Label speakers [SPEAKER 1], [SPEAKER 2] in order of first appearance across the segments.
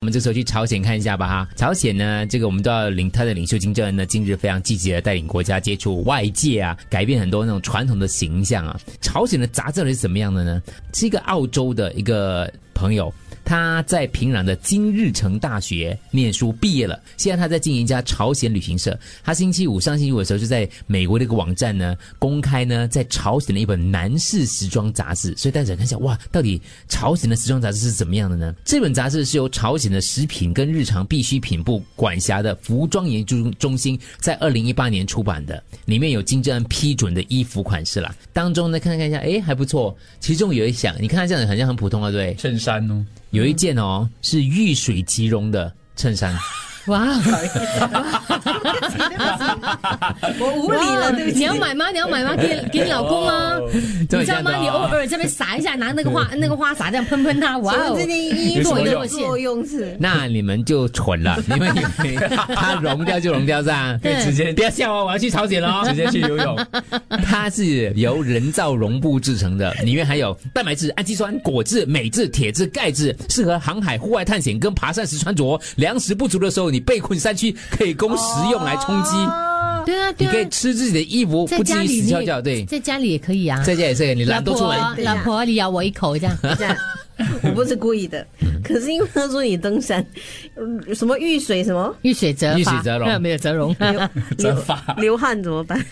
[SPEAKER 1] 我们这时候去朝鲜看一下吧哈。朝鲜呢，这个我们都要领他的领袖金正恩呢，近日非常积极的带领国家接触外界啊，改变很多那种传统的形象啊。朝鲜的杂志是怎么样的呢？是一个澳洲的一个朋友。他在平壤的金日成大学念书毕业了，现在他在经营一家朝鲜旅行社。他星期五上星期五的时候就在美国的一个网站呢公开呢在朝鲜的一本男士时装杂志，所以大家想看一下哇，到底朝鲜的时装杂志是怎么样的呢？这本杂志是由朝鲜的食品跟日常必需品部管辖的服装研究中心在二零一八年出版的，里面有金正恩批准的衣服款式啦。当中呢看看一下，诶，还不错。其中有一项，你看它这样很像很普通啊，对不对？
[SPEAKER 2] 衬衫哦，
[SPEAKER 1] 有一件哦是玉水吉绒的衬衫，
[SPEAKER 3] 哇，
[SPEAKER 4] 我无理了，对不起。
[SPEAKER 3] 哦你要买吗？你要买吗？给给你老公吗？
[SPEAKER 1] 哦
[SPEAKER 3] 你
[SPEAKER 1] 这
[SPEAKER 3] 知道吗？你偶尔这边撒一下，拿那个花那个花洒这样喷喷它，哇
[SPEAKER 4] 我
[SPEAKER 3] 哦
[SPEAKER 4] 这！件衣
[SPEAKER 2] 有什
[SPEAKER 4] 服
[SPEAKER 2] 么用
[SPEAKER 4] 的作用 是
[SPEAKER 1] 那你们就蠢了，你们以为它融掉就融掉是吧？
[SPEAKER 3] 对
[SPEAKER 2] 直接
[SPEAKER 1] 不要笑我，我要去朝鲜了哦
[SPEAKER 2] 直。接去游泳，
[SPEAKER 1] 它是由人造绒布制成的，里面含有蛋白质、氨基酸、果质、镁质、铁质、钙质，适合航海、户外探险跟爬山时穿着。粮食不足的时候，你被困山区可以供食用来充饥，
[SPEAKER 3] 对啊
[SPEAKER 1] 你
[SPEAKER 3] 对
[SPEAKER 1] 可以
[SPEAKER 3] 啊，
[SPEAKER 1] 吃自己的衣服，
[SPEAKER 3] 在
[SPEAKER 1] 不
[SPEAKER 3] 家
[SPEAKER 1] 至于
[SPEAKER 3] 里
[SPEAKER 1] 死
[SPEAKER 3] 你
[SPEAKER 1] 翘
[SPEAKER 3] 也
[SPEAKER 1] 翘。对，
[SPEAKER 3] 在家里也可以啊。
[SPEAKER 1] 在家也是，你
[SPEAKER 3] 老
[SPEAKER 1] 懒惰出
[SPEAKER 3] 婆
[SPEAKER 1] 门，
[SPEAKER 4] 对呀
[SPEAKER 3] 老婆，你咬我一口 这样。
[SPEAKER 4] 这样。我不是故意的，可是因为他说你登山，嗯什么遇水什 么
[SPEAKER 3] 遇水则发
[SPEAKER 1] 遇水则容
[SPEAKER 3] 没有没有则容。
[SPEAKER 2] 真发
[SPEAKER 4] 流汗怎么办？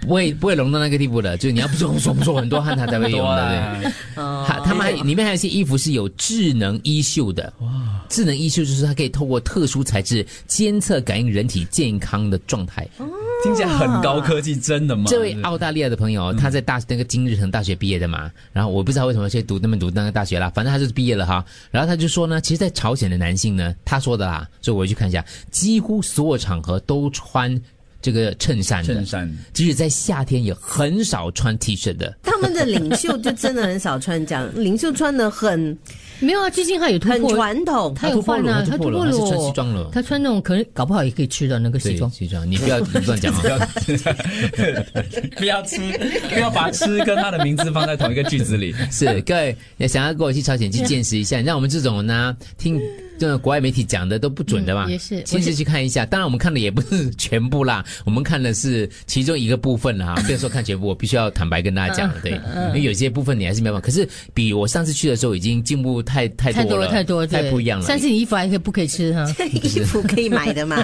[SPEAKER 1] 不会不会融到那个地步的，就是你要不说不说不说很多汗，它 才会
[SPEAKER 2] 多啊
[SPEAKER 1] 融的。对。
[SPEAKER 2] 啦，
[SPEAKER 1] 它他们还里面还有一些衣服是有智能衣袖的，哇！智能衣袖就是它可以透过特殊材质监测感应人体健康的状态。
[SPEAKER 2] 听起来很高科技，真的吗？
[SPEAKER 1] 这位澳大利亚的朋友，他在大那个金日成大学毕业的嘛，然后我不知道为什么去读那么读那个大学啦，反正他就是毕业了哈。然后他就说呢，其实，在朝鲜的男性呢，他说的啦，所以我去看一下，几乎所有场合都穿这个衬衫的，
[SPEAKER 2] 衬衫，
[SPEAKER 1] 即使在夏天也很少穿 T 恤的。
[SPEAKER 4] 他们的领袖就真的很少穿这样， 领袖穿的很
[SPEAKER 3] 没有啊，最近他有突
[SPEAKER 4] 很
[SPEAKER 3] 破，
[SPEAKER 4] 传统，
[SPEAKER 3] 他有换啊，
[SPEAKER 1] 他突破了他
[SPEAKER 3] 他突
[SPEAKER 1] 是
[SPEAKER 3] 破
[SPEAKER 1] 穿西装了
[SPEAKER 3] 他穿那种可能搞不好也可以吃的那个西
[SPEAKER 1] 对
[SPEAKER 3] 装，。
[SPEAKER 1] 西装，你不要乱讲啊。
[SPEAKER 2] 不要吃，不要把吃跟他的名字放在同一个句子里。
[SPEAKER 1] 是各位也想要跟我去朝鲜去见识一下，让我们这种呢听这种国外媒体讲的都不准的嘛，
[SPEAKER 3] 嗯也是
[SPEAKER 1] 亲自去看一下。当然我们看的也不是全部啦，我们看的是其中一个部分啦。不要说看全部，我必须要坦白跟大家
[SPEAKER 3] 嗯
[SPEAKER 1] 讲了，对，因为有些部分你还是没办法。可是比我上次去的时候已经进步太太
[SPEAKER 3] 太
[SPEAKER 1] 多
[SPEAKER 3] 多
[SPEAKER 1] 了，
[SPEAKER 3] 了，太多了，对
[SPEAKER 1] 太不一样了。
[SPEAKER 3] 上次你衣服还可以不可以吃哈？
[SPEAKER 4] 衣服可以买的 嘛？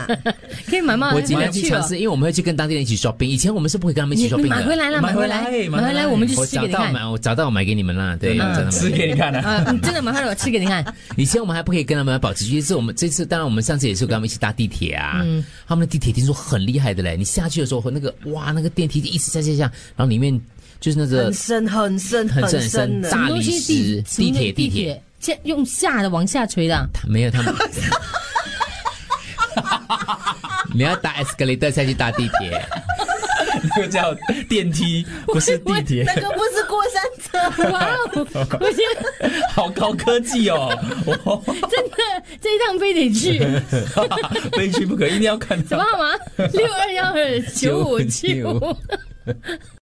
[SPEAKER 3] 可以买吗？
[SPEAKER 1] 我尽量
[SPEAKER 3] 买
[SPEAKER 1] 去
[SPEAKER 3] 去了
[SPEAKER 1] 尝试，因为我们会去跟当地人一起 shopping。以前我们是不会跟他们一
[SPEAKER 3] 你
[SPEAKER 1] 起
[SPEAKER 3] 你
[SPEAKER 1] shopping
[SPEAKER 3] 买回
[SPEAKER 1] 的。
[SPEAKER 3] 来了，买回来
[SPEAKER 2] 买回，来
[SPEAKER 3] 买回来，
[SPEAKER 2] 买回来
[SPEAKER 3] 我们就
[SPEAKER 1] 我
[SPEAKER 3] 吃
[SPEAKER 1] 找
[SPEAKER 3] 给你
[SPEAKER 1] 到
[SPEAKER 3] 看。
[SPEAKER 1] 买，我找到买给你们啦，对，
[SPEAKER 2] 嗯
[SPEAKER 1] 真的买
[SPEAKER 2] 吃给你 看啊，
[SPEAKER 3] 呃，你真的买回来我吃给你看。
[SPEAKER 1] 以前我们还不可以跟他们保持距离，是我们这次当然我们上次也是跟他们一起搭地铁啊，他们的地铁听说很厉害的嘞，你下去的时候那个哇那个电梯一直下下下，然后里面就是那个
[SPEAKER 4] 很深很深
[SPEAKER 1] 很深很
[SPEAKER 4] 深的
[SPEAKER 1] 深，大
[SPEAKER 3] 什么东西
[SPEAKER 1] 理石
[SPEAKER 3] 什
[SPEAKER 1] 地
[SPEAKER 3] 么
[SPEAKER 1] 铁
[SPEAKER 3] 地
[SPEAKER 1] 地铁，
[SPEAKER 3] 现用下的往下垂的啊。
[SPEAKER 1] 他没有他们。 你要搭 escalator 下去搭地铁，
[SPEAKER 2] 这个叫电梯，不是地 铁，
[SPEAKER 4] 那个不是过山车。
[SPEAKER 3] 哇哦！我觉得
[SPEAKER 2] 好高科 技哦！ 哇，
[SPEAKER 3] 真的这一趟非得去，
[SPEAKER 2] 非 去不可，一定要看
[SPEAKER 3] 什
[SPEAKER 2] 到
[SPEAKER 3] 么。号码？六二幺二九五七五。